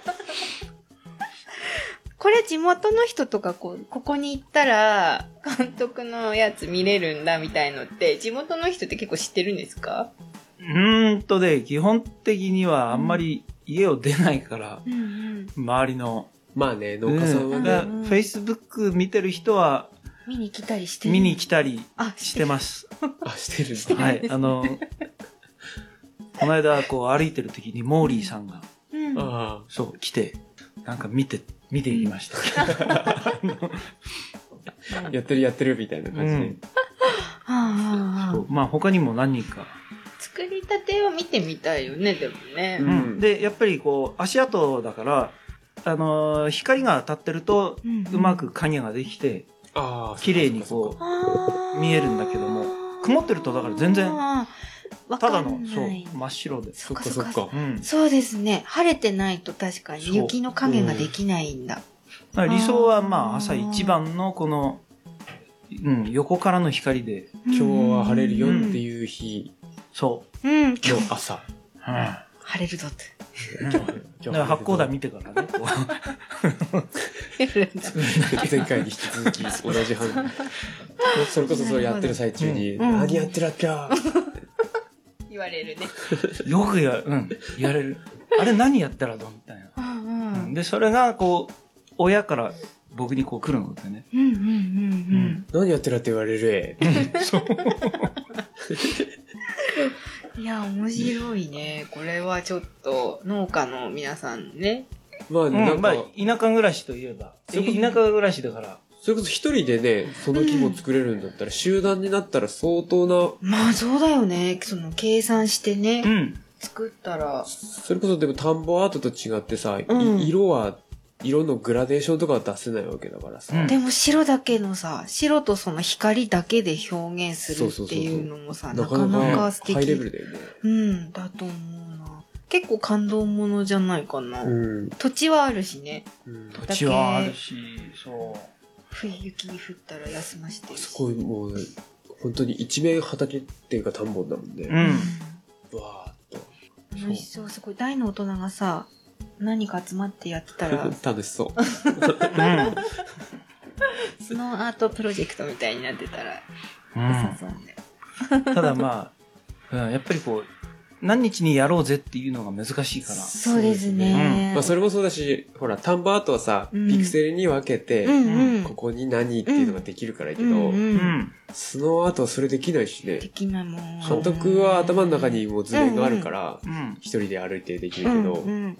Speaker 3: これ地元の人とかこう、ここに行ったら、 監督のやつ見れるんだみたいのって、地元の人って結構知ってるんですか
Speaker 4: うーんとね、基本的にはあんまり家を出ないから、
Speaker 3: うんうん。
Speaker 4: 周りの。
Speaker 2: まあね、農家さんは
Speaker 4: う
Speaker 2: ね
Speaker 4: ん、
Speaker 2: や
Speaker 4: だから、Facebook 見てる人は
Speaker 3: 見に来たりしてる
Speaker 4: 見に来たり
Speaker 3: あ、
Speaker 4: してます。
Speaker 2: あ、してるんだ。
Speaker 4: はい。あの、この間、こう歩いてる時にモーリーさんが、
Speaker 3: うん
Speaker 2: あ
Speaker 4: そう、来て、なんか見て、見ていきました。
Speaker 2: あ、やってるやってるみたいな感じで。
Speaker 4: うん
Speaker 3: あ
Speaker 4: そう まあ他にも何人か。
Speaker 3: 作りたてを見てみたいよねでもね
Speaker 2: うん
Speaker 4: で、やっぱりこう、足跡だから、あのー光が当たってると、
Speaker 3: うん
Speaker 4: うまく影ができて、
Speaker 2: ああ、
Speaker 4: 綺麗にこう、
Speaker 3: あー
Speaker 4: 見えるんだけども曇ってるとだから全然
Speaker 3: あーわ
Speaker 4: ただ
Speaker 3: か
Speaker 4: の
Speaker 3: ん、
Speaker 4: そう
Speaker 3: ない、
Speaker 4: 真っ白で。
Speaker 3: そっか
Speaker 2: そ
Speaker 3: そ
Speaker 2: っ
Speaker 3: っ
Speaker 2: か
Speaker 3: か
Speaker 2: そっか。
Speaker 4: うん。
Speaker 3: そうですね晴れてないと確か
Speaker 4: そう
Speaker 3: に雪の影ができないんだ
Speaker 4: まあ理想はまあ
Speaker 3: あー
Speaker 4: 朝一番のこの、うん、横からの光で、
Speaker 2: 今日は晴れるよ
Speaker 3: うん
Speaker 2: っていう日
Speaker 4: そ
Speaker 3: うん今日
Speaker 2: の朝。
Speaker 4: う。うん。だ
Speaker 3: 晴れるぞって
Speaker 4: から八甲田見
Speaker 2: み
Speaker 4: てからね、こう
Speaker 3: 晴れるんだ
Speaker 2: 前回に引き続き同じ反応。それこそそれやってる最中に、
Speaker 3: なるほどうん
Speaker 2: 何やってるっけゃ
Speaker 3: 言われるね
Speaker 4: よくや、うん、言われる。あれ何やったらどうみたい
Speaker 3: う
Speaker 4: な。
Speaker 3: んう
Speaker 4: うん
Speaker 3: ん
Speaker 4: で、それがこう、親から僕にこう来るのでね。
Speaker 3: うんうんうん
Speaker 2: 何やってるって言われる
Speaker 4: そう。
Speaker 3: うんいや面白いねこれはちょっと農家の皆さんね
Speaker 2: まあな
Speaker 4: うんん、ま
Speaker 2: か
Speaker 4: あ、、田舎暮らしといえば。
Speaker 2: そういうこと
Speaker 4: 田舎暮らしだから。
Speaker 2: それこそ一人でね、その規模作れるんだったら、集団になったら相当な、
Speaker 3: まあそうだよねその計算してね
Speaker 4: うん。
Speaker 3: 作ったら
Speaker 2: それこそでも田んぼアートと違ってさ、い
Speaker 3: うん
Speaker 2: 色は、色のグラデーションとかは出せないわけだからさ。
Speaker 4: うん
Speaker 3: でも白だけのさ白とその光だけで表現す
Speaker 2: そう
Speaker 3: る
Speaker 2: そう
Speaker 3: っ
Speaker 2: そ
Speaker 3: て
Speaker 2: うそう
Speaker 3: いうのもさ
Speaker 2: な
Speaker 3: な
Speaker 2: か
Speaker 3: か
Speaker 2: な
Speaker 3: な
Speaker 2: か
Speaker 3: か素敵
Speaker 2: ハイレベルだよね。
Speaker 3: うんだと思うな結構感動ものじゃないかな、
Speaker 2: うん。
Speaker 3: 土地はあるしね
Speaker 2: うん
Speaker 4: 土地はあるし、そ
Speaker 3: 冬雪に降ったら休ましてるし
Speaker 2: すごいもう、本当に一面畑っていうか田んぼだもん
Speaker 4: う。う
Speaker 2: ね。
Speaker 4: ん。
Speaker 2: わーっ
Speaker 3: 楽しそうすごい大の大人がさ何か集まってやってたら
Speaker 2: と。楽しそう。
Speaker 3: スノーアートプロジェクトみたいになってたら良
Speaker 4: うん。
Speaker 3: さそうね、
Speaker 4: うん。 ただまあ、うん、やっぱりこう、何日にやろうぜっていうのが難しいから。
Speaker 3: そうですね、
Speaker 2: まあそれもそうだし、ほら、田んぼアートはさ、
Speaker 3: うん
Speaker 2: ピクセルに分けて、
Speaker 3: うんうん
Speaker 2: ここに何っていうのができるからいいけど、
Speaker 3: うん
Speaker 4: う
Speaker 3: うん
Speaker 4: ん。
Speaker 2: スノーアートはそれできないし
Speaker 3: で
Speaker 2: ね。
Speaker 3: きないもん
Speaker 2: 監督は頭の中にもう図面があるから、
Speaker 4: うん。
Speaker 2: 一人で歩いてできるけど、
Speaker 3: うんうん、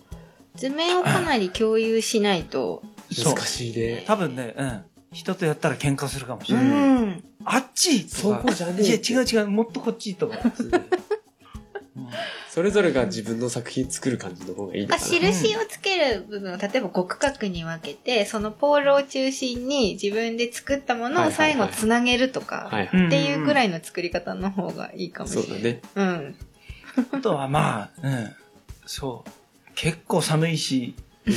Speaker 3: 図面をかなり共有しないと、
Speaker 4: そう
Speaker 2: 難。しいね。
Speaker 4: 多分ね、うん。人とやったら喧嘩するかもし
Speaker 3: う
Speaker 4: れない。
Speaker 3: ん、
Speaker 4: あっち
Speaker 2: そこじゃねえ
Speaker 4: いや、違う違う、もっとこっちとか。うん
Speaker 2: それぞれが自分の作品作る感じの方がいいの
Speaker 3: あ
Speaker 2: かな。
Speaker 3: 印をつける部分を例えば5区画に分けてそのポールを中心に自分で作ったものを最後つなげるとか
Speaker 2: はいは
Speaker 4: うん
Speaker 2: い。
Speaker 3: っていうぐらいの作り方の方がいいかもし
Speaker 2: そう
Speaker 3: れ
Speaker 2: だ
Speaker 3: ない。
Speaker 2: ね。
Speaker 3: うん
Speaker 4: あとはまあ、うん。そう。結構寒いし、
Speaker 2: うん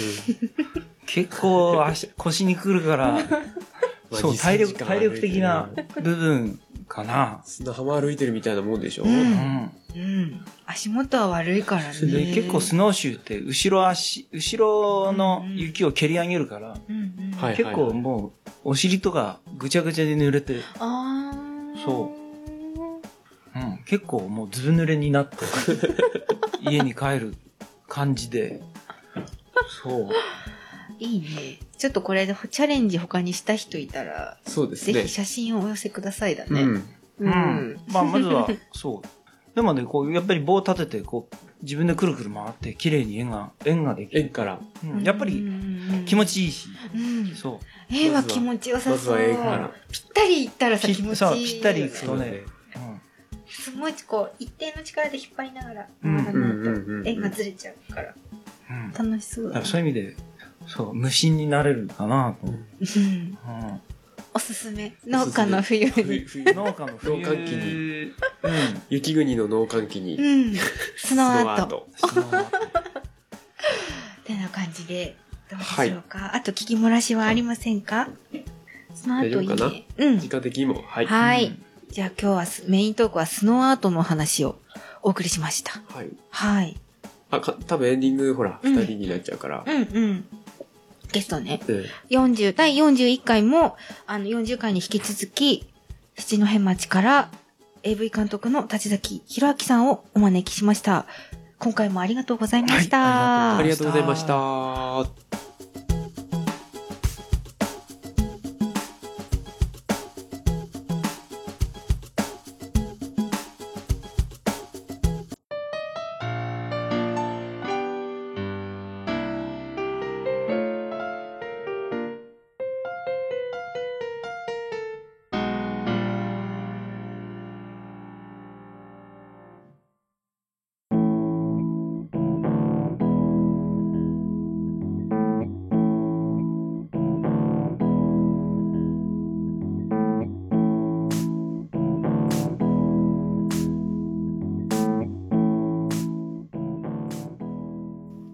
Speaker 4: 結構 足腰にくるから、
Speaker 2: まあ
Speaker 4: そう、
Speaker 2: 2
Speaker 4: 体力、
Speaker 2: 3時間
Speaker 4: 体力的な
Speaker 2: 歩いてる
Speaker 4: 部分かな。
Speaker 2: 砂浜歩いてるみたいなもんでしょ、
Speaker 3: う
Speaker 4: うんん。
Speaker 3: うん、足元は悪いからね。
Speaker 4: で、結構スノーシューって、後ろ足、後ろの雪を蹴り上げるから、
Speaker 3: うんうん、
Speaker 2: はい
Speaker 4: 結構もう、お尻とかぐちゃぐちゃで濡れて、
Speaker 3: あー
Speaker 4: そうん、結構もうずぶ濡れにな って、家に帰る感じで、そう。
Speaker 3: いいね。ちょっとこれでチャレンジ他にした人いたら、
Speaker 2: そうです
Speaker 3: ぜ
Speaker 2: ね
Speaker 3: ひ。写真をお寄せくださいだ
Speaker 2: う
Speaker 3: ね。
Speaker 2: ん。
Speaker 4: う。まあ、まずは、そう。でもね、こう、やっぱり棒立てて、こう、自分でくるくる回って、綺麗に円が、円ができ
Speaker 2: 円
Speaker 4: る。
Speaker 2: から。
Speaker 4: うんやっぱり、気持
Speaker 3: ち、
Speaker 4: ちいいし、
Speaker 3: うん、
Speaker 4: そ
Speaker 3: 絵は気持ちよ
Speaker 2: ま
Speaker 3: さ
Speaker 2: ず
Speaker 3: そう、
Speaker 2: は円から。
Speaker 3: ぴったりいったらさ
Speaker 4: ぴ
Speaker 3: 気持ちいいよ、ね、
Speaker 4: そうぴったりいく
Speaker 2: そうだね。
Speaker 4: う。うん
Speaker 3: すごいこう一定の力で引っ張りながら
Speaker 4: うん
Speaker 3: 回ら
Speaker 2: うん
Speaker 3: な
Speaker 2: う
Speaker 3: い
Speaker 2: んうんうん。
Speaker 3: と円がずれちゃうから
Speaker 4: うん。だか
Speaker 3: 楽しそうだ
Speaker 4: ら
Speaker 3: ね
Speaker 4: そういう意味で、そう、無心になれるかなと。うん。
Speaker 3: うんおすすめ農家の冬に
Speaker 2: 冬冬の
Speaker 4: 農家の冬
Speaker 2: 農閑期
Speaker 4: に。うん。
Speaker 2: 雪国の農閑期
Speaker 3: う
Speaker 2: に。
Speaker 3: んスノーアート
Speaker 2: ト。
Speaker 4: その
Speaker 3: ってな感じでどうでしょうか、あと聞き漏らしはありませんかスノーアートいい
Speaker 2: 大丈夫か
Speaker 3: ねうん
Speaker 2: 時間的にも。はい。は
Speaker 3: は
Speaker 4: う
Speaker 3: い
Speaker 4: ん
Speaker 3: じゃあ今日はスメイントークはスノーアートの話をお送りしました
Speaker 2: い。
Speaker 3: はい
Speaker 2: あ、か多分エンディング、ほら、
Speaker 3: うん
Speaker 2: 二人になっちゃうから。
Speaker 3: うんうんゲストね
Speaker 2: うん。
Speaker 3: 40第41回もあの40回に引き続き七戸町から AV 監督の立崎弘明さんをお招きしました今回もありがとうございました、
Speaker 4: はい
Speaker 2: あ
Speaker 4: あ
Speaker 2: りがとうございました。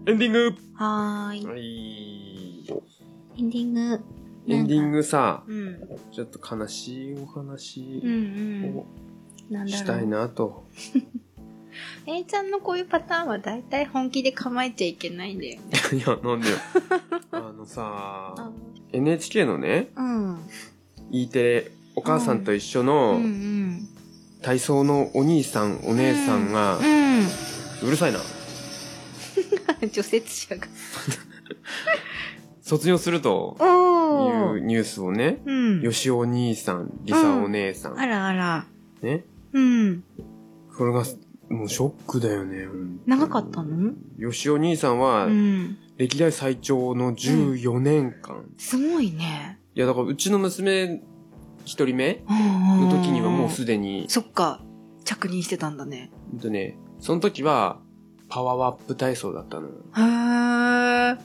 Speaker 2: エンディング
Speaker 3: はーい。
Speaker 2: はい。
Speaker 3: エンディング。
Speaker 2: エンディングさ、
Speaker 3: うん。
Speaker 2: ちょっと悲しいお話
Speaker 3: うん
Speaker 2: を
Speaker 3: うん。なんだ
Speaker 2: し
Speaker 3: ろ。
Speaker 2: たいうなと。
Speaker 3: えいちゃんのこういうパターンは大体本気で構えちゃいけないんだよね。
Speaker 2: いや、なん でよ。あのさ、NHK のね、
Speaker 3: うん。うん
Speaker 2: E テレ、お母さんと一緒
Speaker 3: う
Speaker 2: の
Speaker 3: ん。
Speaker 2: 体操のお兄さん、お姉さんが、
Speaker 3: う
Speaker 2: うるさいな。
Speaker 3: ん。 除雪車が。
Speaker 2: 卒業すると
Speaker 3: お
Speaker 2: い
Speaker 3: ー
Speaker 2: う。ニュースをね、
Speaker 3: うん。
Speaker 2: よしお兄さん、りさお姉さん、
Speaker 3: あらあら。
Speaker 2: ね。
Speaker 3: うん。
Speaker 2: これが、もうショックだよね。
Speaker 3: 長かったの
Speaker 2: よしお兄さんは
Speaker 3: う、ん。
Speaker 2: 歴代最長の14年間。
Speaker 3: すごいね。
Speaker 2: いや、だからうちの娘、一人目
Speaker 3: の
Speaker 2: の時にはもうすでに、
Speaker 3: そっか。着任してたんだね。
Speaker 2: ほんとね、その時は、パワーアップ体操だったの。
Speaker 3: へー。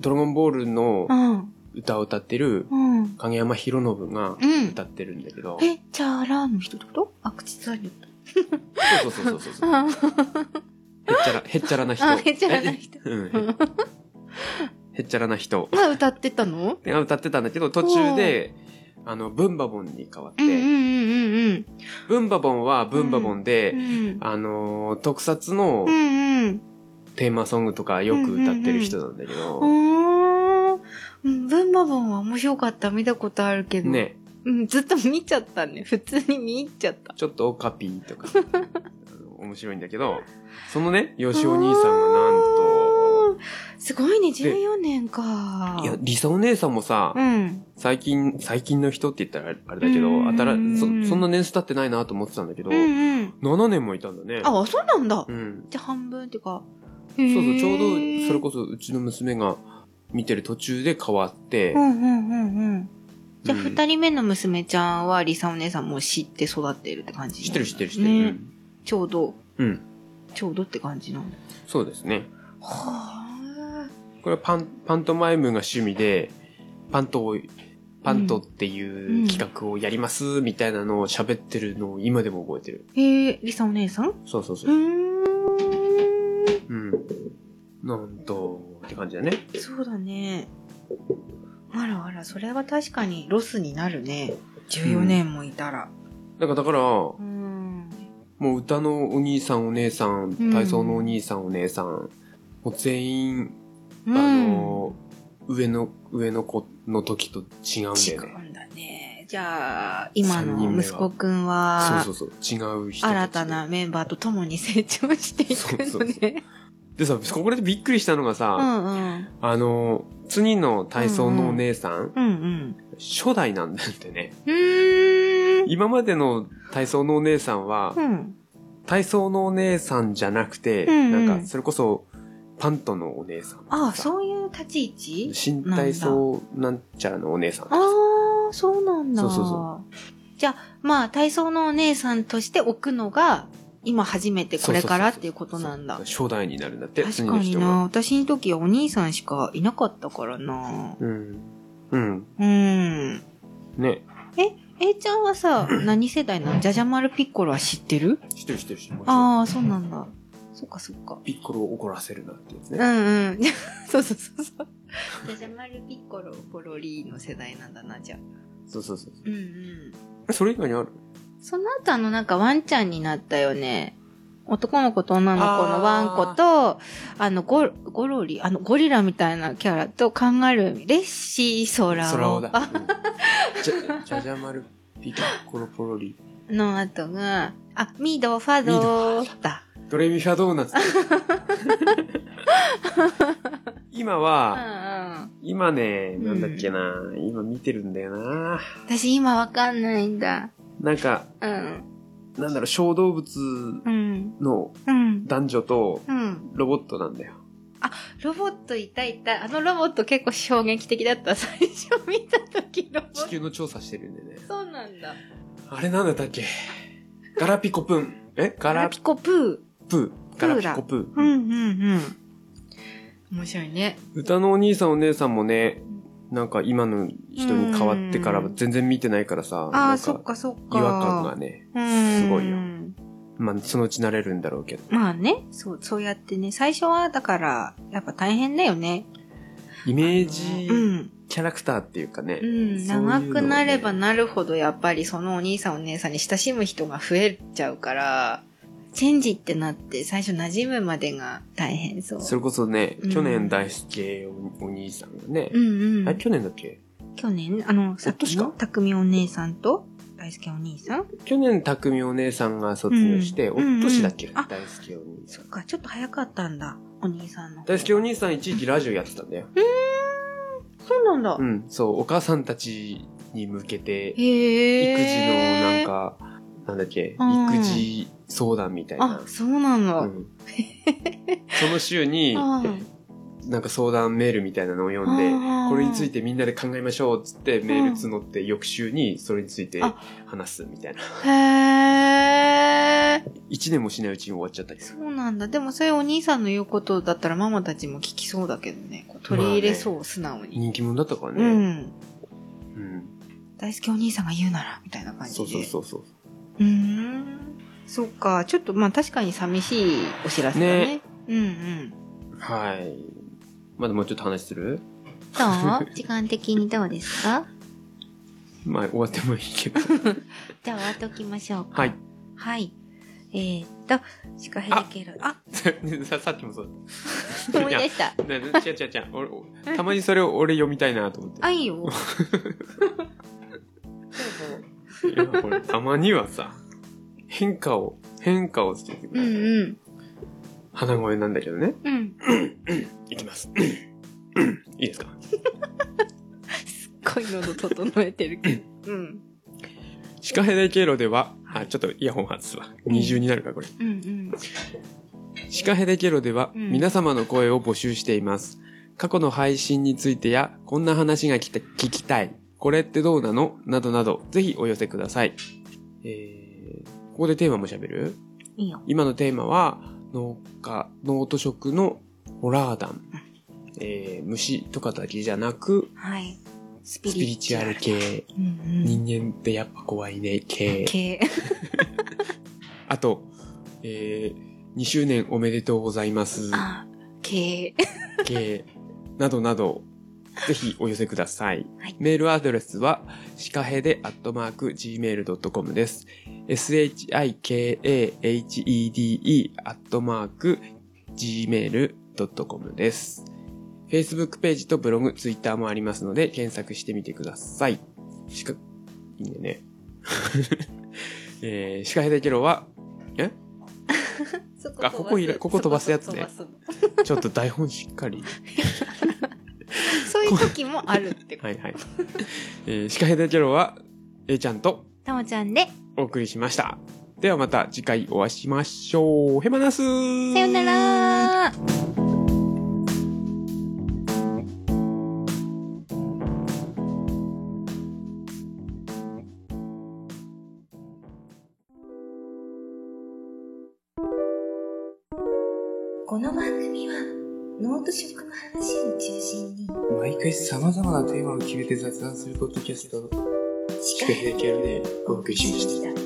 Speaker 2: ドラゴンボールの
Speaker 3: うん。
Speaker 2: 歌を歌ってる
Speaker 3: うん。
Speaker 2: 影山博信が
Speaker 3: うん。
Speaker 2: 歌ってるんだけど、
Speaker 3: え、チャーラーの人ってことあ、口つわりだっ
Speaker 2: そうそうそうそうそう。
Speaker 3: た。
Speaker 2: へっちゃら、へっちゃらな人。
Speaker 3: あ、へっちゃらな人。
Speaker 2: え。うん。へへっちゃらな人
Speaker 3: まあ、歌ってたの
Speaker 2: が歌ってたんだけど、途中で、あの、ブンバボンに変わっ
Speaker 3: うんうん
Speaker 2: て、
Speaker 3: うんうん
Speaker 2: ブンバボンはブンバボン
Speaker 3: うん。う
Speaker 2: で、
Speaker 3: ん
Speaker 2: あのー、特撮の
Speaker 3: うん
Speaker 2: テーマソングとかよく歌ってる人なんだけど、
Speaker 3: うん。おーうん。ブンバボンは面白かった。見たことあるけど。。
Speaker 2: ね、
Speaker 3: うん、ずっと見ちゃったね。 普通に見入っちゃった。
Speaker 2: ちょっとオカピーと か、あの面白いんだけど、そのね、よしお兄さんがなん
Speaker 3: おー。すごいね、14年か。
Speaker 2: と、いや、りさお姉さんもさ、
Speaker 3: うん。
Speaker 2: 最近、最近の人って言ったらあれだけど、
Speaker 3: うん
Speaker 2: あたらそ、そんな年数経ってないなと思ってたんだけど、
Speaker 3: うんうん。
Speaker 2: 7年もいたんだね。
Speaker 3: あ、そうなんだ。
Speaker 2: うん。
Speaker 3: じゃあ半分っていうか。
Speaker 2: そう
Speaker 3: そ
Speaker 2: そう、ちょうど、それこそうちの娘が見てる途中で変わって、
Speaker 3: うんうんうんうん。じゃあ
Speaker 2: うん
Speaker 3: 二人目の娘ちゃんは、りさお姉さんも知って育っているって感じ
Speaker 2: 知ってる知ってる知ってる。
Speaker 3: ねちょうど、
Speaker 2: うん。うん
Speaker 3: ちょうどって感じなんだ。
Speaker 2: そうですね。
Speaker 3: は
Speaker 2: これはパン、パントマイムが趣味で、パントを、パントって
Speaker 3: う
Speaker 2: い
Speaker 3: ん
Speaker 2: う企画をやります、みたいなのを喋ってるのを今でも覚えてる。
Speaker 3: ぁ。へえ、りさお姉さんう
Speaker 2: そうそうそ
Speaker 3: ー
Speaker 2: う。
Speaker 3: ん。
Speaker 2: うん。なんと、って感じだね。
Speaker 3: そうだね。あらあら、それは確かにロスになるね。14年もいたら。
Speaker 2: なんかだから、も
Speaker 3: うん。
Speaker 2: う歌のお兄さんお姉さん、
Speaker 3: うん
Speaker 2: 体操のお兄さんお姉さん、もう全員、あ、
Speaker 3: あ
Speaker 2: の、上の、上の子の時と違うんだ
Speaker 3: 違
Speaker 2: よね。
Speaker 3: うんだね。じゃあ、今
Speaker 2: 三人目
Speaker 3: の
Speaker 2: は
Speaker 3: 息子くんは、
Speaker 2: そうそうそう、違う人たちで
Speaker 3: 新たなメンバーと共に成長していく
Speaker 2: そ
Speaker 3: の
Speaker 2: うそう
Speaker 3: ね。
Speaker 2: でさ、ここでびっくりしたのがさ、
Speaker 3: うんうん。
Speaker 2: あの、次の体操のお姉さん、
Speaker 3: うんうん。
Speaker 2: 初代なんだってね。
Speaker 3: うーん。
Speaker 2: 今までの体操のお姉さんは、
Speaker 3: うん。
Speaker 2: 体操のお姉さんじゃなくて、
Speaker 3: うんうん
Speaker 2: なんか、それこそ、パントのお姉さん。
Speaker 3: ああ、そういう立ち位置
Speaker 2: 新体操なんちゃらのお姉さん。
Speaker 3: ああ、そうなんだ。
Speaker 2: そうそうそ
Speaker 3: じゃあ、まあ、体操のお姉さんとして置くのが、今初めてこれからっていうことなんだ
Speaker 2: そう。初代になるんだって、
Speaker 3: 確か
Speaker 2: 次
Speaker 3: に
Speaker 2: の人が
Speaker 3: な。私の時はお兄さんしかいなかったからな。
Speaker 2: うん。うん。
Speaker 3: うん。
Speaker 2: ね。
Speaker 3: えいちゃんは さ、何世代なのじゃじゃ丸ピッコロは知ってる
Speaker 2: 知ってる知ってる知ってる。
Speaker 3: ああ、そうなんだ。そっかそっか。
Speaker 2: ピッコロを怒らせるなってやつ
Speaker 3: う
Speaker 2: ね。
Speaker 3: ん うん。そうそうそうそう。じゃじゃ丸ピッコロ、ポロリの世代なんだな、じゃあ。
Speaker 2: そうそうそう。
Speaker 3: うんうん。
Speaker 2: それ以外にある
Speaker 3: その後あのなんかワンちゃんになったよね。男の子と女の子のワンコと、あのゴ、ゴロリ、あの、ゴリラみたいなキャラとカンガルー、レッシー、ソラオ。
Speaker 2: 空をだ。う
Speaker 3: あ
Speaker 2: んじゃ、じゃじゃ丸、ピッコロポロリ。
Speaker 3: の後が、あ、ミド、ファドだ。
Speaker 2: ドレミファドーナツ。今
Speaker 3: うんう
Speaker 2: は、
Speaker 3: ん。
Speaker 2: 今ね、なんだっけな、今見てるんだよな。
Speaker 3: 私今わかんないんだ。
Speaker 2: なんか、
Speaker 3: うん。
Speaker 2: なんだろう、小動物
Speaker 3: うん。
Speaker 2: の
Speaker 3: うん。
Speaker 2: 男女と
Speaker 3: うん。
Speaker 2: ロボットなんだよ。
Speaker 3: ロボットいたいた。あのロボット結構衝撃的だった。最初見た時ロボ
Speaker 2: 地
Speaker 3: ット。
Speaker 2: 球の調査してるんでね。
Speaker 3: そうなんだ。
Speaker 2: あれなんだったっけガラピコプン。えガラ
Speaker 3: ピコプ
Speaker 2: プー。ガラピコプー。
Speaker 3: ー。うんうんうん。面白いね。
Speaker 2: 歌のお兄さんお姉さんもね、なんか今の人に変わってからは全然見てないからさ、
Speaker 3: あ
Speaker 2: な
Speaker 3: あ、
Speaker 2: ん
Speaker 3: そっ
Speaker 2: か
Speaker 3: かそっか。
Speaker 2: 違和感がね、
Speaker 3: うん
Speaker 2: すごいよ。まあ、そのうち慣れるんだろうけど。
Speaker 3: まあね、そう、そうやってね、最初はだから、やっぱ大変だよね。
Speaker 2: イメージ
Speaker 3: うん。
Speaker 2: キャラクターっていうかね。
Speaker 3: うん。
Speaker 2: そういうの
Speaker 3: 長
Speaker 2: をね
Speaker 3: くなればなるほど、やっぱりそのお兄さんお姉さんに親しむ人が増えちゃうから、チェンジってなって、最初馴染むまでが大変そう。
Speaker 2: それこそね、
Speaker 3: うん
Speaker 2: 去年大好きお兄さんがね、
Speaker 3: うんう
Speaker 2: あ
Speaker 3: ん
Speaker 2: れ。去年だっけ
Speaker 3: 去年、あの、さっきの
Speaker 2: 今年
Speaker 3: 匠お姉さんと、大輔お兄さん
Speaker 2: 去年匠お姉さんが卒業して、
Speaker 3: うん
Speaker 2: おっとしだっけ、
Speaker 3: うんうんあ
Speaker 2: 大好きお兄さ
Speaker 3: そ
Speaker 2: ん
Speaker 3: っ。か、ちょっと早かったんだ。お兄さんの。
Speaker 2: 大好きお兄さん一時期ラジオやってたんだよ。
Speaker 3: そうなんだ
Speaker 2: う。ん、そう、お母さんたちに向けて、育児のな
Speaker 3: へ
Speaker 2: ん
Speaker 3: ー。
Speaker 2: か、なんだっけ、
Speaker 3: うん
Speaker 2: 育児相談みたい
Speaker 3: あ
Speaker 2: な、。
Speaker 3: そうなんだ。
Speaker 2: う
Speaker 3: うん
Speaker 2: その週 に、
Speaker 3: ん
Speaker 2: なんか相談メールみたいなのを読んで、
Speaker 3: あー
Speaker 2: これについてみんなで考えましょうっつってメール募って翌週にそれについて
Speaker 3: あ
Speaker 2: 話すみたいな。
Speaker 3: へー。
Speaker 2: 一年もしないうちに終わっちゃったけど。
Speaker 3: そうなんだ。でもそれお兄さんの言うことだったらママたちも聞きそうだけどね。こう取り入れそう、素直に。
Speaker 2: 人気者だったから
Speaker 3: う
Speaker 2: ね。
Speaker 3: ん。
Speaker 2: うん。
Speaker 3: 大好きお兄さんが言うなら、みたいな感じで。
Speaker 2: そうそう
Speaker 3: う。
Speaker 2: そうそう
Speaker 3: ーん。そうか。ちょっとまあ確かに寂しいお知らせだね。
Speaker 2: ね
Speaker 3: うんうん。
Speaker 2: う。はい。まだもうちょっと話する
Speaker 3: どう時間的にどうですか
Speaker 2: まあ終わってもいいけ ど。
Speaker 3: じゃあ終わっておきましょうか。
Speaker 2: はい。。
Speaker 3: はい。えー、っと、シカヘリケル。あ、
Speaker 2: ささっきもそう。
Speaker 3: 思い出した。
Speaker 2: ねね違う違う違う俺俺。たまにそれを俺読みたいなと思って。
Speaker 3: あ、い いよ。どうぞ。
Speaker 2: いやこれたまにはさ、変化を、変化をつけてく
Speaker 3: うん
Speaker 2: る。
Speaker 3: うん。
Speaker 2: 鼻声なんだけどね。
Speaker 3: うん。
Speaker 2: いき ます。いいですか
Speaker 3: 恋の喉整えてるけど。うん。
Speaker 2: シカヘデ経路では、あ、ちょっとイヤホン外すわ。
Speaker 3: ん
Speaker 2: 二重になるからこれ。
Speaker 3: うんうん。
Speaker 2: シカヘデ経路では、
Speaker 3: うん
Speaker 2: 皆様の声を募集しています。過去の配信についてや、こんな話がきた聞きたい。これってどうなのなどなど、ぜひお寄せください。えー、ここでテーマも喋る
Speaker 3: いいよ。
Speaker 2: 今のテーマは、農家、農都食のホラー団。えー、虫とかだけじゃなく、
Speaker 3: はい。ス
Speaker 2: スピリチュアル。系、
Speaker 3: うん
Speaker 2: 人間ってやっぱ怖いね
Speaker 3: うん。
Speaker 2: 系。
Speaker 3: 系。
Speaker 2: あと、えー、2周年おめでとうございます
Speaker 3: あ、系。
Speaker 2: 系、などなど、ぜひお寄せください。
Speaker 3: はい
Speaker 2: メールアドレスは、シカヘデアットマーク gmail.com です。shikahede アットマーク gmail.com です。Facebook ページとブログ、Twitter もありますので、検索してみてください。シカ、いいんだよね。 えー、シカヘデケロは、えあここいらここ飛ばすやつね
Speaker 3: そこ飛ば
Speaker 2: ちょっと台本しっかり。
Speaker 3: すそういう時もあるってこ
Speaker 2: はいはい。えー、シカヘデケロは、A ちゃんと
Speaker 3: と。たまちゃんで、
Speaker 2: お送りしました。ではまた次回お会いしましょう。ヘマナス
Speaker 3: さよなら
Speaker 1: この番組は脳と食の話を中心に
Speaker 2: 毎回様々なテーマを決めて雑談するポッドキャスト、
Speaker 1: 視
Speaker 2: シカヘデケロでお送りしました。
Speaker 1: た。